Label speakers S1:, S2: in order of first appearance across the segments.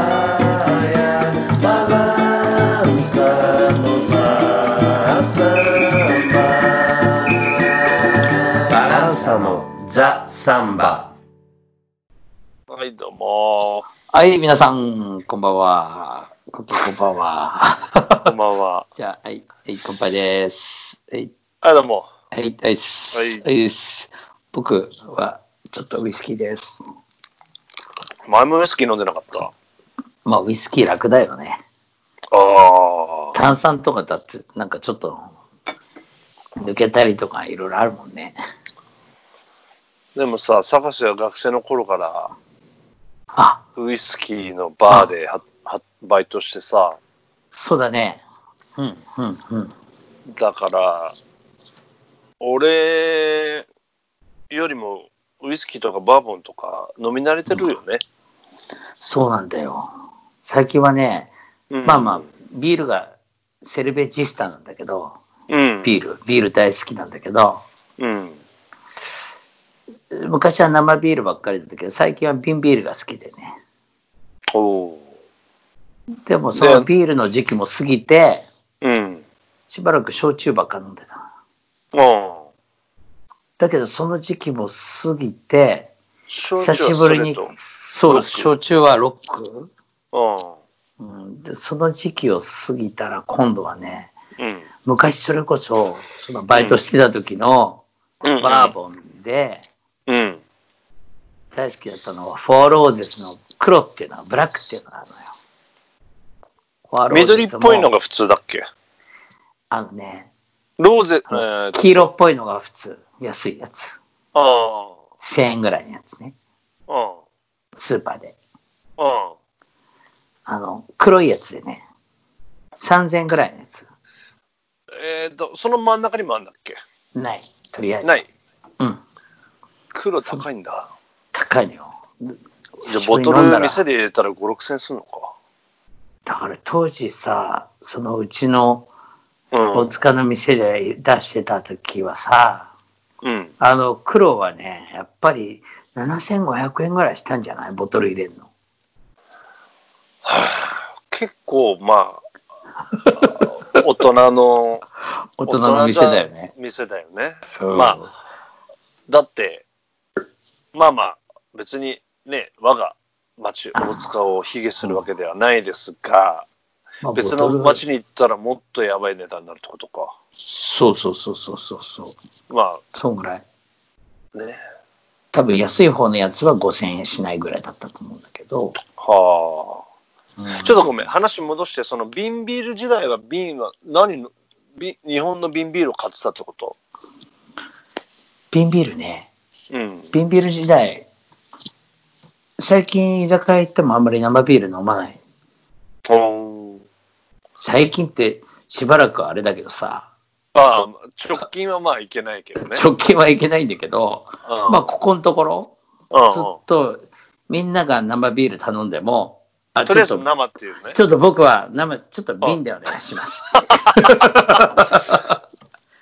S1: Maia balançamos a samba. Balançamos a samba.
S2: はい、どうも
S3: はい、皆さん、こんばんは。こんばんはこんばんは。
S2: ー。こんばんは。
S3: じゃあ、はい、はい、乾杯です。はい、
S2: あ、どうも。
S3: はい、はいっす、
S2: は
S3: はいいです。僕は、ちょっとウイスキーです。
S2: 前もウイスキー飲んでなかった。
S3: まあ、ウイスキー楽だよね。
S2: ああ。
S3: 炭酸とかだって、なんかちょっと、抜けたりとかいろいろあるもんね。
S2: でもさ、サファシは学生の頃から
S3: あ、
S2: ウイスキーのバーでははバイトしてさ、
S3: そうだね。うん、うん、うん。
S2: だから、俺よりもウイスキーとかバーボンとか飲み慣れてるよね。
S3: そうなんだよ。最近はね、
S2: うん
S3: まあまあ、ビールがセルベジスタなんだけど、
S2: うん。
S3: ビール、ビール大好きなんだけど、
S2: うん。
S3: 昔は生ビールばっかりだったけど最近は瓶ビールが好きでね
S2: おお
S3: でもそのビールの時期も過ぎて
S2: ー。うん。
S3: しばらく焼酎ばっか飲んでた
S2: ああ。
S3: だけどその時期も過ぎて久
S2: 久
S3: しぶりにそ
S2: ロッ
S3: う
S2: ク
S3: 焼酎はロック、
S2: あ
S3: うん、でその時期を過ぎたら今度はね
S2: あ。うん。
S3: 昔それこそそのバイトしてた時の
S2: うん
S3: バーボンで
S2: うん。
S3: 大好きだったのはフォーローゼスの黒っていうのはブラックっていうのがあるのよフォアローゼスも
S2: 緑っぽいのが普通だっけ
S3: あのね
S2: ローゼ、え
S3: あの
S2: ーと
S3: 黄色っぽいのが普通、安いやつ。
S2: あ
S3: 1000円ぐらいのやつね。
S2: あ、あ
S3: スーパーで。
S2: あ、ああ。
S3: あの、黒いやつでね。3000円ぐらいのやつ。
S2: えっ、と、その真ん中にもあるんだっけ
S3: ない。とりあえず。。
S2: ないい。
S3: うん。
S2: 黒高いんだ。
S3: 高いのよ。
S2: じゃあボトル店で入れたら5、6千すんのか。
S3: だから当時さ、そのうちの
S2: うん。
S3: 大塚の店で出してた時はさ、
S2: うん。
S3: あの、黒はね、やっぱり7500円ぐらいしたんじゃないボトル入れるの。
S2: 結構、まあ、大人の、
S3: 大人の店だよね。。
S2: 店だよね。
S3: うん
S2: まあ、だって、まあまあ、別にね、我が町、大塚を卑下するわけではないですが、
S3: まあ
S2: 別の
S3: ボトル
S2: 町に行ったらもっとやばい値段になるってことか。
S3: そうそうそうそうそうそう。
S2: ま
S3: そんぐらい。
S2: あね。
S3: 多分安い方のやつは5000円しないぐらいだったと思うんだけど、
S2: はあ。ちょっと
S3: と
S2: ごめん、話戻して、その瓶ビール時代は瓶は何の、瓶日本の瓶ビールを買ってたってこと
S3: 瓶ビールね
S2: うん。
S3: 瓶ビール時代最近居酒屋行ってもあんまり生ビール飲まない
S2: おー
S3: 最近ってしばらくはあれだけどさ、
S2: ああ、直近はまあいけないけどね。
S3: 直近はいけないんだけど、まあ
S2: ま
S3: ここのところずっ
S2: あ、
S3: とみんなが生ビール頼んでもあ
S2: とりあえ
S3: ちょ
S2: ず
S3: っと
S2: 生っていうね
S3: ち。ょっと僕は生ちょっと瓶でお願い しますあ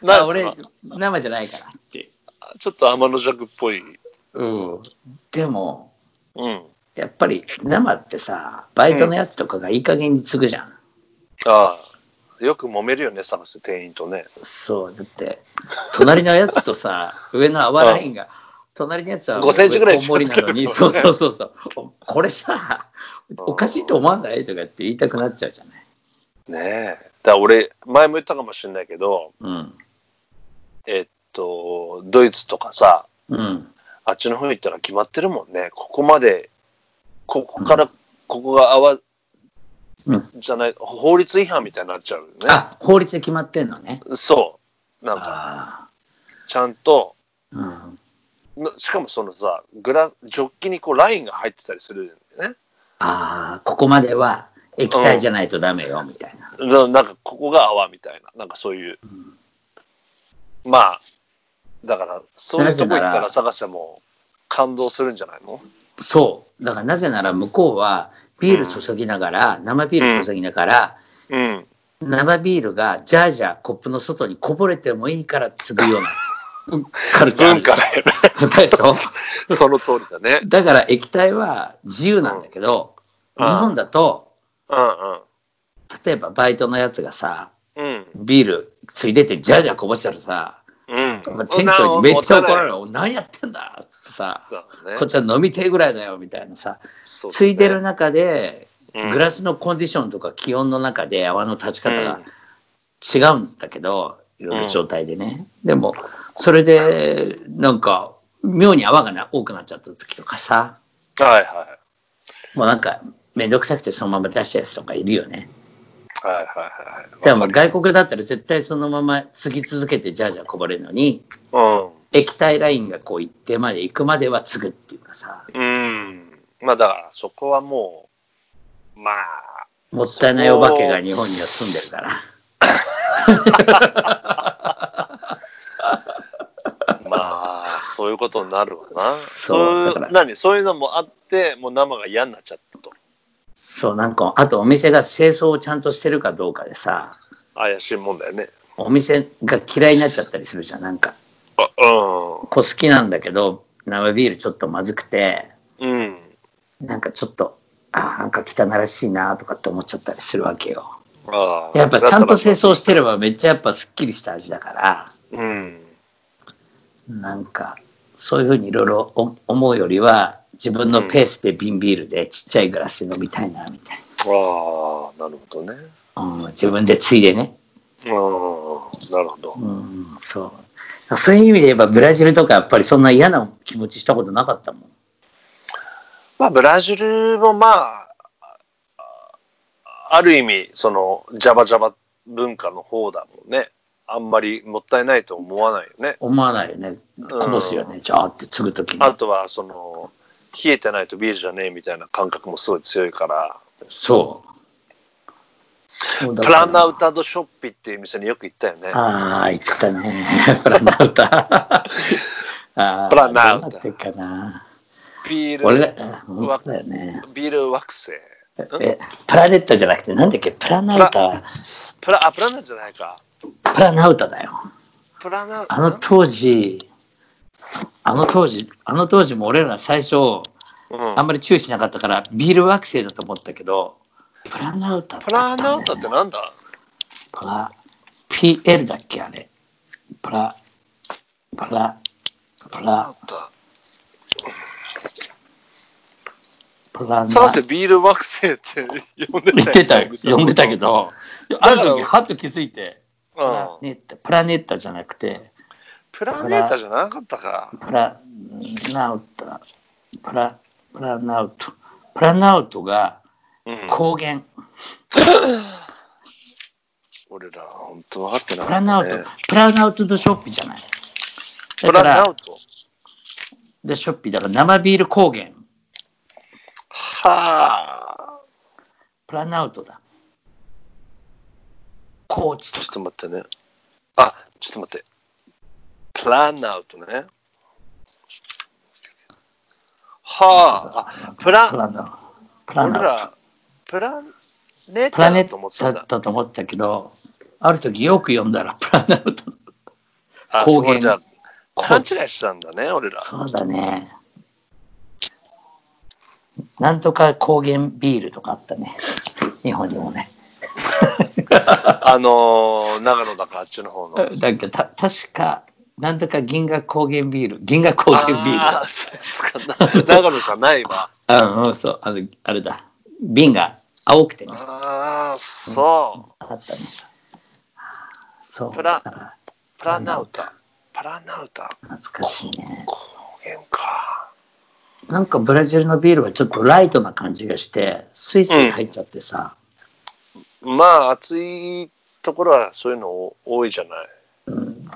S2: な
S3: 俺
S2: 俺、
S3: 生じゃないからって
S2: ちょっと天の弱っぽい。
S3: うんでも
S2: うん。
S3: やっぱり生ってさ、バイトのやつとかがいい加減に継ぐじゃん。
S2: ああ、よく揉めるよね、探す店員とね。
S3: そう、だって、隣のやつと さ、上の泡ラインが、隣のやつは
S2: 5センチぐらい
S3: 大盛りなのに、
S2: 違うか
S3: そ
S2: ら
S3: うそうそうそう、おこれさ、おかしいと思わないとかって言いたくなっちゃうじゃない。
S2: ねえ。だから俺、前も言ったかもしれないけど、
S3: うん。
S2: えっと、ドイツとかさ、
S3: うん。
S2: あっちの方行ったら決まってるもんね。ここまで、ここから、ここが泡
S3: うん、
S2: じゃない、法律違反みたいになっちゃうよね。
S3: あ、法律で決まってんのね。
S2: そう。なんか、
S3: あ
S2: ちゃんと、
S3: あ。うん。
S2: なしかもそのさ、グラ、ジョッキにこうラインが入ってたりするんだよね。
S3: ああ、ここまでは液体じゃないとダメよ、みたいな。
S2: ななんか、ここが泡みたいな、なんかそういう、
S3: うん
S2: まあ、だから、そういうとこ行っ
S3: なぜ
S2: た
S3: な
S2: ら
S3: ら
S2: 探しても感動するんじゃないの
S3: そう。だからなぜなら向こうは、ビール注ぎながら、生ビール注ぎながら、
S2: うん。
S3: 生ビールがジャージャーコップの外にこぼれてもいいから継ぐような カルチャー
S2: 文
S3: あるじゃ
S2: 化
S3: ん。
S2: だよ
S3: だでしょ
S2: ね。その通りだね。
S3: だから液体は自由なんだけど、
S2: うん
S3: 日本だと、
S2: う
S3: 例えばバイトのやつがさ、
S2: んうん。
S3: ビールついでてジャージャーこぼしたらさ、
S2: うん。う
S3: 店
S2: ん。
S3: 長にめっちゃ怒られ
S2: る。
S3: る。お何やってんだっつってさ、
S2: そうだね
S3: こっちは飲みてえぐらいだよみたいなさ、
S2: そうだね
S3: ついでる中で、
S2: うん
S3: グラスのコンディションとか気温の中で泡の立ち方が違うんだけど、いろいろ状態でね。でも、それで、なんか、妙に泡がな多くなっちゃった時とかさ、
S2: はいは
S3: もうなんか、めんどくさくてそのまま出したやつとかいるよね。
S2: い。はいはいはいはい。
S3: でも外国だったら絶対そのまま継ぎ続けてジャージャーこぼれるのに、
S2: うん。
S3: 液体ラインがこう一定まで行くまでは継ぐっていうかさ、
S2: うん。まあだから、そこはもう、まあ、
S3: もったいないお化けが日本には住んでるから。
S2: まあ、そういうことになるわな。
S3: そう
S2: そう
S3: だか
S2: い
S3: ら
S2: う、何そういうのもあって、もう生が嫌になっちゃったと。
S3: そう、なんか、あとお店が清掃をちゃんとしてるかどうかでさ、
S2: 怪しいもんだよね。
S3: お店が嫌いになっちゃったりするじゃん、なんか。
S2: あ
S3: こ好きなんだけど、生ビールちょっとまずくて、
S2: うん。うん。
S3: なんかちょっと、あーなんか汚らしいなとかって思っちゃったりするわけよ。
S2: ああ
S3: やっぱちゃんと清掃してればめっちゃやっぱすっきりした味だから、
S2: うん。
S3: なんか、そういうふうにいろいろお思うよりは、自分のペースで瓶ビールでちっちゃいグラスで飲みたいな、みたい
S2: ああ、なるほどね。
S3: な。うん、自分でついでね。
S2: うん。なるほど。
S3: うん、そう。そういう意味で言えば、ブラジルとかやっぱりそんな嫌な気持ちしたことなかったもん。
S2: まあ、ブラジルもまあ、あある意味、その、ジャバジャバ文化の方だもんね。あんまりもったいないと思わないよね。
S3: 思わないよね。こぼすよね、じゃあって継ぐときに。
S2: あとは、その、冷えてないとビールじゃねえみたいな感覚もすごい強いから、
S3: そう。
S2: プラナウタドショッピっていう店によく行ったよね。
S3: ああ、言ったね。 プラナ ウタ。あー
S2: プラナウタ
S3: どうなってっかな。
S2: ビー
S3: 俺
S2: ル、
S3: ら、本当だよね。
S2: ビール惑星。
S3: え、プラネッタじゃなくて、なんだっけ、プラナウタ、
S2: プラ、あ、プラナじゃないか。
S3: プラナウタだよ。
S2: プラナ、
S3: あの当時、あの当時、あの当時も俺ら最初、
S2: うん
S3: あんまり注意しなかったから、ビール惑星だと思ったけど、プラナウタだっ
S2: プ
S3: た
S2: ラ
S3: んだ
S2: ナ
S3: よ
S2: ウ
S3: ね
S2: タってなんだ
S3: プラ、PL だっけあれ。プラ、プラ、プラ、プラナ。
S2: 探せビール惑星って呼んでたよね
S3: 言ってた、呼んでたけ。ど、あ
S2: ら
S3: る時はっと気づいて、プラ
S2: うん
S3: ネッタ、プラネッタじゃなくて、
S2: プラネータじゃなかったか。
S3: プラナウタ、プラ、プラナウト、プラナウトが
S2: うん
S3: 高原、
S2: 俺ら、本当分かってな
S3: プ
S2: か
S3: ラ
S2: ったね
S3: ナウト、プラナウトとショッピじゃない。だ
S2: プラ
S3: か
S2: ナ
S3: ら
S2: ウ、ト。
S3: でショッピだから生ビール高原、
S2: はあ。
S3: プラナウトだ。高知と
S2: ちょっと待ってね。あ、ちょっと待って。プランナウトね。はあ。あ、プ
S3: プ
S2: ラ、
S3: ラナプラ
S2: 俺
S3: ナ
S2: ら、プラネー
S3: プラ
S2: タ
S3: ネ
S2: だと思っ
S3: ッ
S2: て
S3: タ
S2: た
S3: だったと思ったけど、ある時よく読んだら プラナウト。
S2: あ
S3: 高原
S2: そうじゃあ
S3: 高
S2: 勘違い
S3: 知
S2: してたんだね、俺ら。
S3: そうだね。なんとか高原ビールとかあったね。日本に もね。
S2: あのー、長野だかあっちの方の。
S3: だけど、た確か、なんとか銀河高原ビール、銀河高原ビー
S2: あーそうですかな長野じゃないわ。
S3: ル。うんうん、そう、あの、あれだ。瓶が青くてね。
S2: ああ、そ
S3: あったね。そう。
S2: プラ
S3: だから
S2: う。プラナウタ。プラナウタ。
S3: 懐かしいね。
S2: 高原か。
S3: なんかブラジルのビールはちょっとライトな感じがして、スイスイ入っちゃってさ、
S2: まあ、暑いところはそういうの多いじゃない。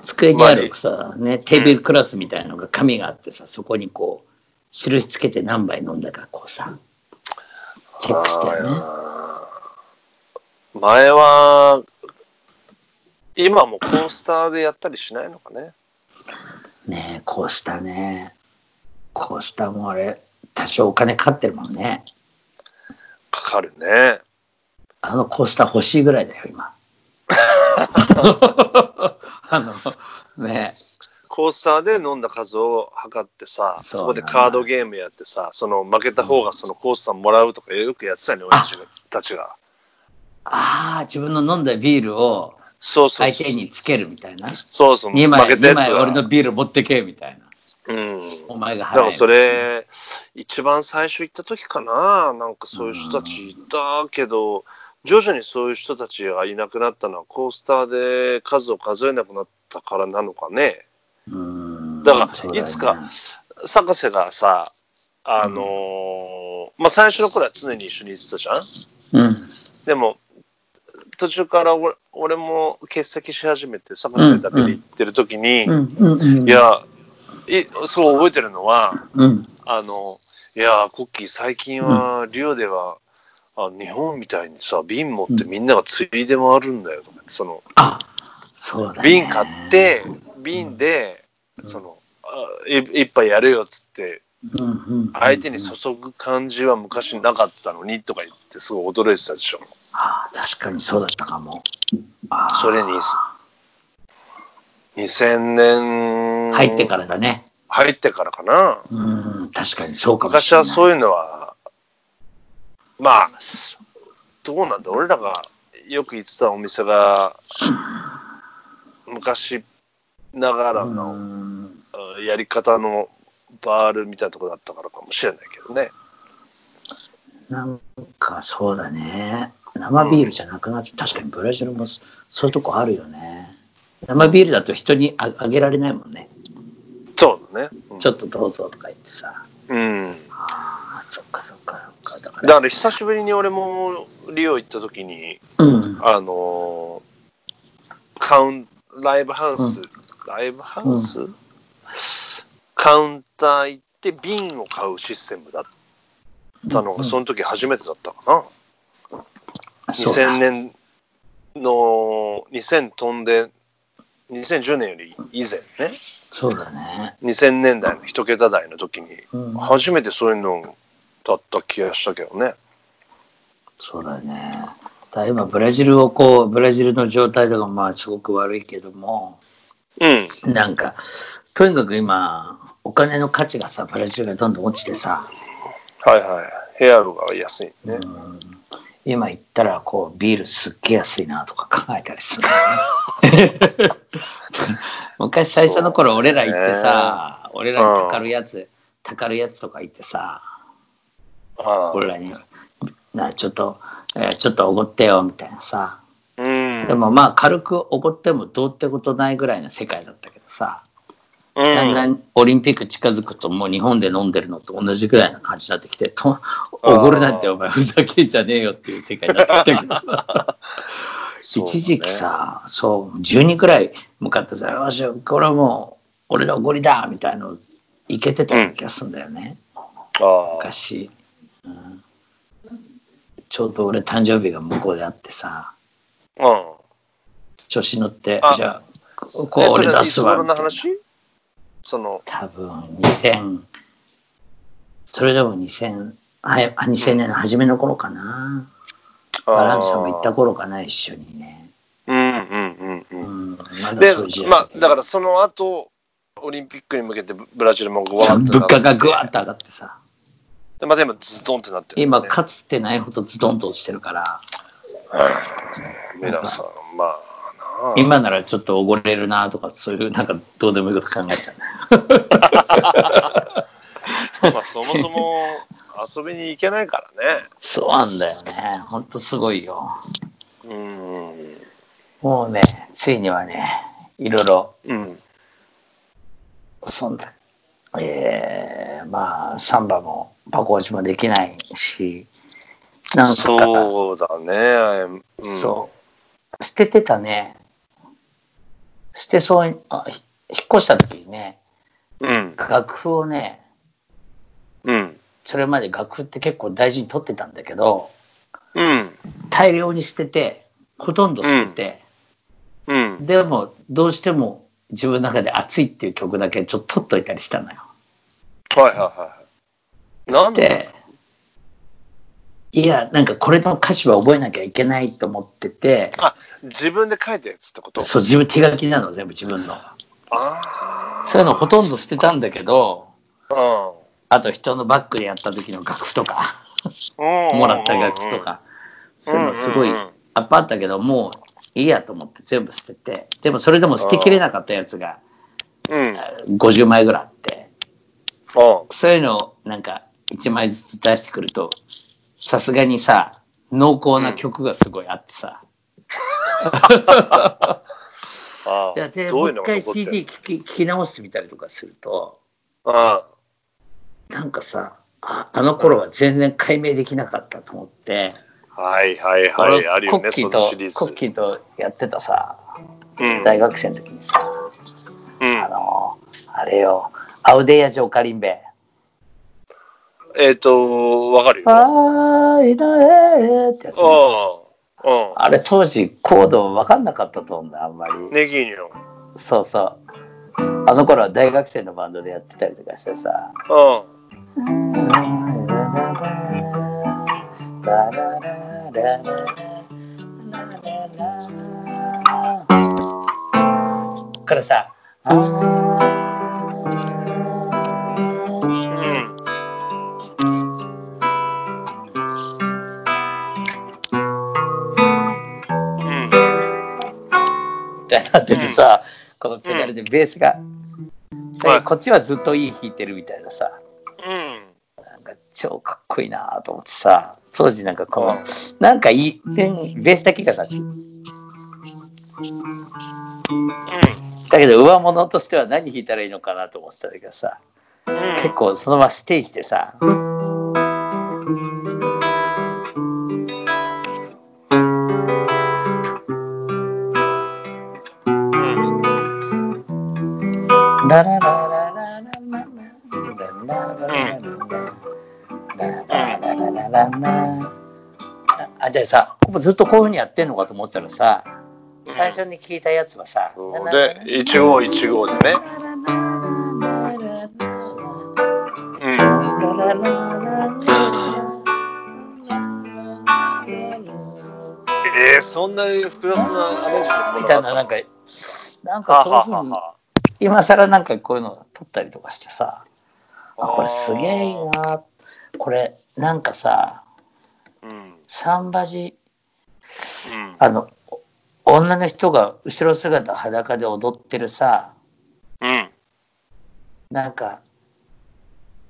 S3: 机にあるさ、ね、テーブルクラスみたいのが紙があってさ、そこにこう、印つけて何杯飲んだかこうさ、チェックしてよね。
S2: あー前は、今もコースターでやったりしないのかね。
S3: ねえ、コースターね。コースターもあれ、多少お金かかってるもんね。
S2: かかるね。
S3: あのコースター欲しいぐ ら いだよ、今。あの、ねえ
S2: コースターで飲んだ数を測ってさ、
S3: そう
S2: そこでカードゲームやってさ、その負けた方がそのコースターもらうとかよくやってたね、親父たちが。
S3: ああ、自分の飲んだビールを
S2: そうそう
S3: 相
S2: そう。
S3: 手につけるみたいな。
S2: そうそう、
S3: 2枚、
S2: 負けたや
S3: 二
S2: つ
S3: 枚
S2: が。
S3: 俺のビール持ってけみたいな。
S2: うん。
S3: お前が
S2: だか
S3: 払え
S2: らそれ、一番最初行った時かな、なんかそういう人たちいたけど、徐々にそういう人たちがいなくなったのは、コースターで数を数えなくなったからなのかね。
S3: うん
S2: だから
S3: そうだよね
S2: いつか博士がさ、あのーまあ、最初の頃は常に一緒にいてたじゃん。
S3: うん。
S2: でも、途中から俺俺も欠席し始めて、博士だけで行ってる時に、
S3: うんうんうん
S2: いや、いそう覚えてるのは、
S3: うん
S2: あの、いやー、コッキー、最近は、リオでは、あ日本みたいにさ、瓶持ってみんながついで回るんだよとか、その、
S3: あそうだね
S2: 瓶買って、瓶で、その、あい一杯やるよっつって、
S3: うんうん
S2: 相手に注ぐ感じは昔なかったのにとか言って、すごい驚いてたでしょ。
S3: あー確かにそうだったかも
S2: それに、2000年、
S3: 入ってからだね
S2: 入ってからかな。
S3: うん確かにそうかもし
S2: 昔
S3: れない
S2: はそういうのは、まあ、どうなんだ、俺らがよく行ってたお店が、昔ながら
S3: う
S2: の
S3: ん
S2: やり方のバールみたいなとこだったからかもしれないけどね。
S3: なんかそうだね生ビールじゃなくなって確かにブラジルもそそういうとこあるよね生ビールだと人にああげられないもんね
S2: そうだね。うん
S3: ちょっとどうぞとか言ってさ
S2: うん。
S3: あーそっかそっかそっかだか
S2: だ
S3: ら
S2: から久しぶりに俺もリオ行った時に、
S3: うん
S2: あのーカウン、ライブハウス、ライブハウス、カウンター行って瓶を買うシステムだったの
S3: うんう
S2: が、
S3: ん
S2: その時初めてだったかな。
S3: そうだ
S2: 2000年の、2000飛んで、2010年より以前ね、
S3: そうだね
S2: 2000年代の一桁台の時に、
S3: うん
S2: 初めてそういうのだった気がしたけどね。
S3: そうだね。だから今、ブラジルをこう、ブラジルの状態とかもまあすごく悪いけども、
S2: うん。
S3: なんか、とにかく今、お金の価値がさ、ブラジルがどんどん落ちてさ、
S2: はいはい。ヘアロが安いね。
S3: うん今行ったら、こう、ビールすっげえ安いなとか考えたりする、ね。昔最初の頃、俺ら行ってさ、俺らにたかるやつ、たかるやつとか行ってさ、
S2: ああ
S3: 俺らに、なちょっと、えーちょっとおごってよ、みたいなさ。
S2: うん。
S3: でもまあ軽くおごってもどうってことないぐらいの世界だったけどさ、
S2: うん、
S3: だんだんオリンピック近づくともう日本で飲んでるのと同じぐらいの感じになってきて、とおごるなんてお前ふざけんじゃねえよっていう世界になってきたけどさ
S2: そうだね
S3: 一時期、さ、そう、10人くらい向かってさ、よし、これはもう俺のおごりだみたいなのいけてたような気がするんだよね、
S2: ああ
S3: 昔、うんちょうど俺誕生日が向こうであってさ、
S2: うん。
S3: 調子乗って
S2: あ、
S3: じゃあ、こ
S2: え
S3: こ
S2: そ
S3: 俺
S2: れ
S3: 出すわ
S2: いつ頃
S3: み
S2: の
S3: たいな。
S2: 話その、
S3: 多分2000、それでも2000、はい、あ2000年の初めの頃かな。バランスさんも行った
S2: こ
S3: 頃かな、一緒にね。
S2: うんうんう
S3: うんん、ま
S2: うん。
S3: だ
S2: で
S3: そういう時、代
S2: まあ、だからその後、オリンピックに向けてブブラジルもグワーッと
S3: 物
S2: な
S3: 価がぐわっと上がってさ、
S2: でまあでもズドンってなってる、
S3: 今、かつてないほどズドンと落ちてるから、
S2: 皆さん、まあなあ、
S3: 今ならちょっとおごれるなとか、そういう、なんかどうでもいいこと考えてたね。
S2: まあ、そもそも遊びに行けないからね。
S3: そうなんだよね。ほんとすごいよ。
S2: うん。
S3: もうね、ついにはね、いろいろ
S2: うん。
S3: そんな、えー、まあ、サンバも、パコ落ちもできないし、なんか、そう,、
S2: そうだね。うん、
S3: 捨ててたね。捨てそうに、あひ引っ越した時にね、
S2: う。うん。
S3: 楽譜をね、
S2: うん。
S3: それまで楽譜って結構大事に取ってたんだけど、
S2: うん。
S3: 大量に捨てて、ほとんど捨てて、
S2: うん。
S3: でも、どうしても自分の中で熱いっていう曲だけちょっと取っといたりしたのよ。
S2: はいはいはい。な
S3: し
S2: んで
S3: て、いや、なんかこれの歌詞は覚えなきゃいけないと思ってて、
S2: あ、自分で書いたやつってこと
S3: そう、自分手書きなの、全部自分の。
S2: あ
S3: そういうのほとんど捨てたんだけど、
S2: うん。
S3: あと人のバックでやった時の楽譜とか、も
S2: も
S3: らった楽譜と。か、そういうのすごい
S2: うんうんうん
S3: アップあったけど、もういいやと思って全部捨てて、でもそれでも捨てきれなかったやつが
S2: うん。うん。
S3: 50枚ぐらいあって、
S2: あ
S3: そういうのをなんか1枚ずつ出してくると、さすがにさ、濃厚な曲がすごいあってさ、
S2: あ
S3: いやで
S2: ど
S3: も
S2: う
S3: う
S2: いうのが
S3: 一
S2: 残ってる
S3: 回 CD 聞き聞き直してみたりとかすると、
S2: あ
S3: なんかさ、ああの頃は全然解明できなかったと思って、
S2: あはいはい
S3: こ
S2: はい。
S3: れ
S2: ある
S3: コ
S2: よ
S3: ッ
S2: ね、
S3: キ
S2: そ
S3: ー
S2: の
S3: と
S2: シリーズ。
S3: コッキーとやってたさ、
S2: うん。
S3: 大学生の時にさ、
S2: うん
S3: あのあれよ、アウデイア・ジョーカリンベ。
S2: えっと、わかるよ。あ
S3: あーいないってやつね、
S2: あ。うん。
S3: あれ当時コード分かんなかったと思うんだ、あんまり。
S2: ネギーニの。
S3: そうそう。あの頃は大学生のバンドでやってたりとかしてさ。
S2: う
S3: からさ、
S2: ん。うん。うん。
S3: みたいになっててさ、このペダルでベースが、
S2: はい
S3: こっちはずっといい弾いてるみたいなさ
S2: うん。
S3: なんか超かっこいいなと思ってさ当時なんかこのなんかいいベースだけがさ
S2: う
S3: だけど上物としては何弾いたらいいのかなと思ってたんだけどさ
S2: ん。うん。
S3: 結構そのままステイしてさ
S2: うん。
S3: ララララララララララララララララララあでさずっとこういうふうにやってんのかと思ってたらさ最初に聞いたやつはさ
S2: そうで、一号一号でね。うん。えー、そんな複雑なアレンジで
S3: みたい
S2: は
S3: ななんかなん
S2: あ
S3: か
S2: は
S3: そういう
S2: あ
S3: ふうに
S2: は
S3: 今更なんかこういうの撮ったりとかしてさあ
S2: あー
S3: これすげえいいなこれなんかさ
S2: あ。うん。
S3: サンバジ
S2: うん。
S3: あのお女の人が後ろ姿裸で踊ってるさ
S2: うん。
S3: なんか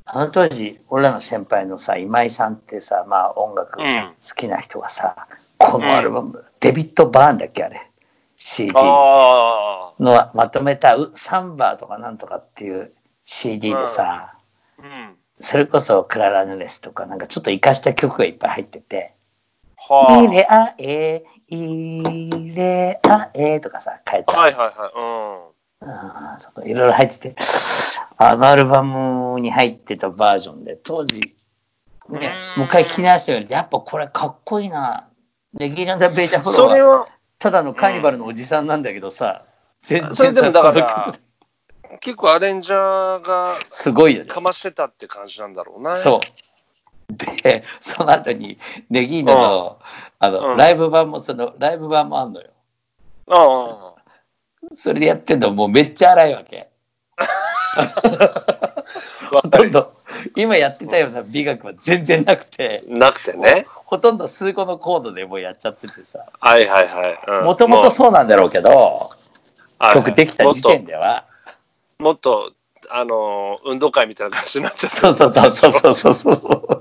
S3: あの当時俺らの先輩のさ今井さんってさまあ音楽
S2: う
S3: 好
S2: ん。
S3: きな人がさ、このアルバム、デビッド・バーンだっけあれ CD の
S2: ああ。
S3: まとめたうサンバーとかなんとかっていう CD でさ、
S2: うん。
S3: それこそクララ・ヌレスとかなんかちょっと生かした曲がいっぱい入ってて「
S2: はあ。
S3: 入れあえ入れあえ」とかさ書いてあ
S2: はい
S3: る
S2: はいは
S3: うんとかいろいろ入っててあのアルバムに入ってたバージョンで当時ね
S2: うん
S3: もう一回聞き直してみるとやっぱこれかっこいいなネギーランダ・ベージャ
S2: い。う
S3: フ
S2: ん。
S3: ロ
S2: そ
S3: ー
S2: れ
S3: は
S2: は、
S3: ただのカーニバルのおじさんなんだけどさ全然
S2: それでも
S3: さ
S2: だか
S3: その曲
S2: ら、結構アレンジャーが
S3: すごいよね
S2: かましてたって感じなんだろうな。
S3: そう。で、 その後に、ネギーノの、あの、
S2: うん
S3: ライブ版も、その、ライブ版もあんのよ。
S2: う。あ
S3: それでやってんの、もうめっちゃ荒い わけ。
S2: あ。わ
S3: ほ
S2: か
S3: とん
S2: る。
S3: ど、今やってたような美学は全然なくて、
S2: なくてね。
S3: ほとんど数個のコードでもうやっちゃっててさ。
S2: はいはいはい。うん
S3: もともとそうなんだろうけど、
S2: はいはい
S3: 曲できた時点では。
S2: もっと、もっとあのー、運動会みたいな感じになっちゃった。
S3: そうそうそうそうそうそうそう。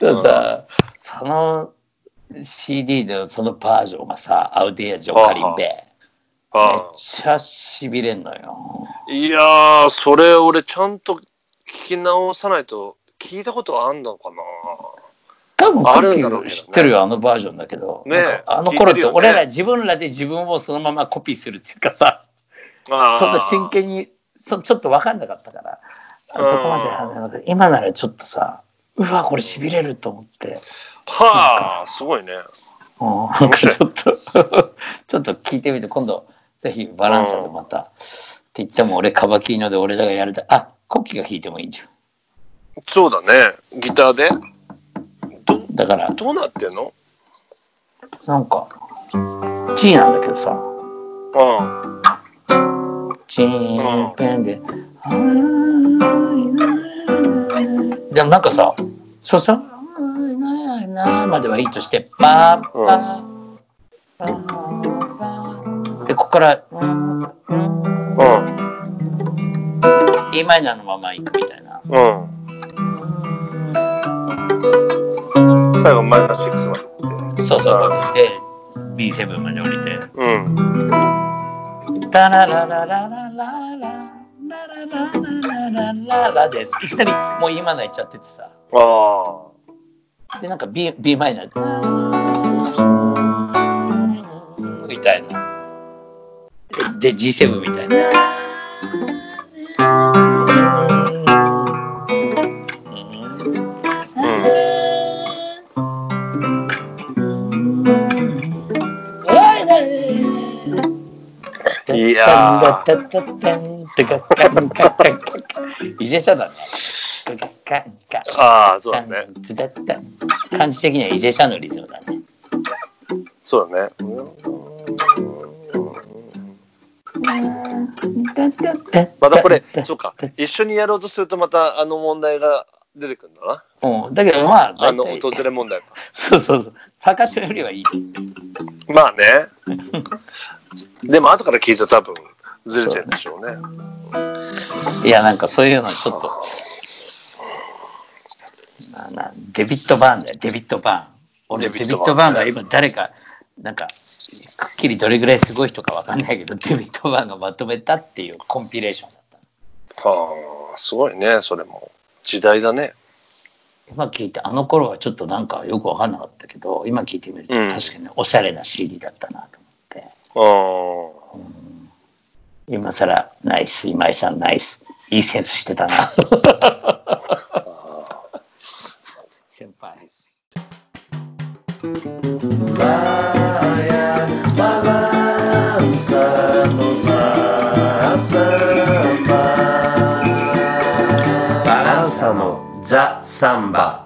S3: だからさ、その CD のそのバージョンがさ、アウディア・ジョカリンベイ。めっ
S2: ああ。
S3: ちゃしびれんのよ。
S2: いやー、それ俺ちゃんと聞き直さないと聞いたことあんのかな
S3: 多分
S2: あるんだろうけどね
S3: 知ってるよ、あのバージョンだけど。
S2: ねえ
S3: なんかあの頃
S2: 聞いてる
S3: って
S2: よね
S3: 俺ら自分らで自分をそのままコピーするっていうかさ、
S2: あー
S3: そんな真剣にそちょっと分かんなかったから、そこまであの今ならちょっとさ、うわ、これしびれると思って、
S2: はあ、すごいね。
S3: うん、なんかちょっと、 ちょっと聞いてみて、今度ぜひバランサでまた。って言っても俺カバキーノで俺らがやるだあコッキーが弾いてもいいんじゃん
S2: そうだね。ギターで。ど、
S3: だから
S2: どうなってんの
S3: なんか G なんだけどさ
S2: うん。
S3: チーンペンで。でもなんかさ、そうさ、まではいいとして、パー
S2: うん
S3: パー、パーパーで、ここから、
S2: うん。
S3: E マイナーのまま行くみたいな。
S2: うん。最後、マイナー6まで行って。
S3: そうそう。で、B7 まで降りて。
S2: うん。
S3: ララララララララララララララです。いきなりもう今の言っちゃっててさ。
S2: ああ。
S3: で、なんか B, B マイナー。みたいな。で、G7 みたいな。
S2: うん。いやー
S3: イジェシャだね。
S2: ああ、そうだね。
S3: 感じ的にはイジェシャのリズムだね。
S2: そうだね。またこ れ、そうか。一緒にやろうとすると、またあの問題が出てくるんだな。
S3: うん、だけどまあ、
S2: あの、
S3: 大体
S2: 訪れ問題。
S3: そうそうそう。高潮よりはいい。
S2: まあね。 でも、後から聞いたら多分、ずれてるんでしょうね。
S3: いや、なんかそういうのちょっと。まあなデビット・バーンだよ、デビット・バーン。俺、
S2: デ
S3: デ
S2: ビ
S3: ビ
S2: ッ
S3: ッ
S2: ド
S3: ト・
S2: バ
S3: バ
S2: ー
S3: ー
S2: ン
S3: ンが今誰か、なんか、くっきりどれぐらいすごい人かわかんないけど、 デビット・バーンがまとめたっていうコンピレーションだっ
S2: はあ、すごいね、それも。時代だね。
S3: た。今聞いて、あの頃はちょっとなんかよくわかんなかったけど、今聞いてみると
S2: うん
S3: 確かにおしゃれな CD だったなと思
S2: う
S3: って。
S2: ん。
S3: 今更ナイス、今井さんナイス。いいセンスして たな。先輩。
S1: Vaya, balanzamos a samba. Balanzamos, za samba.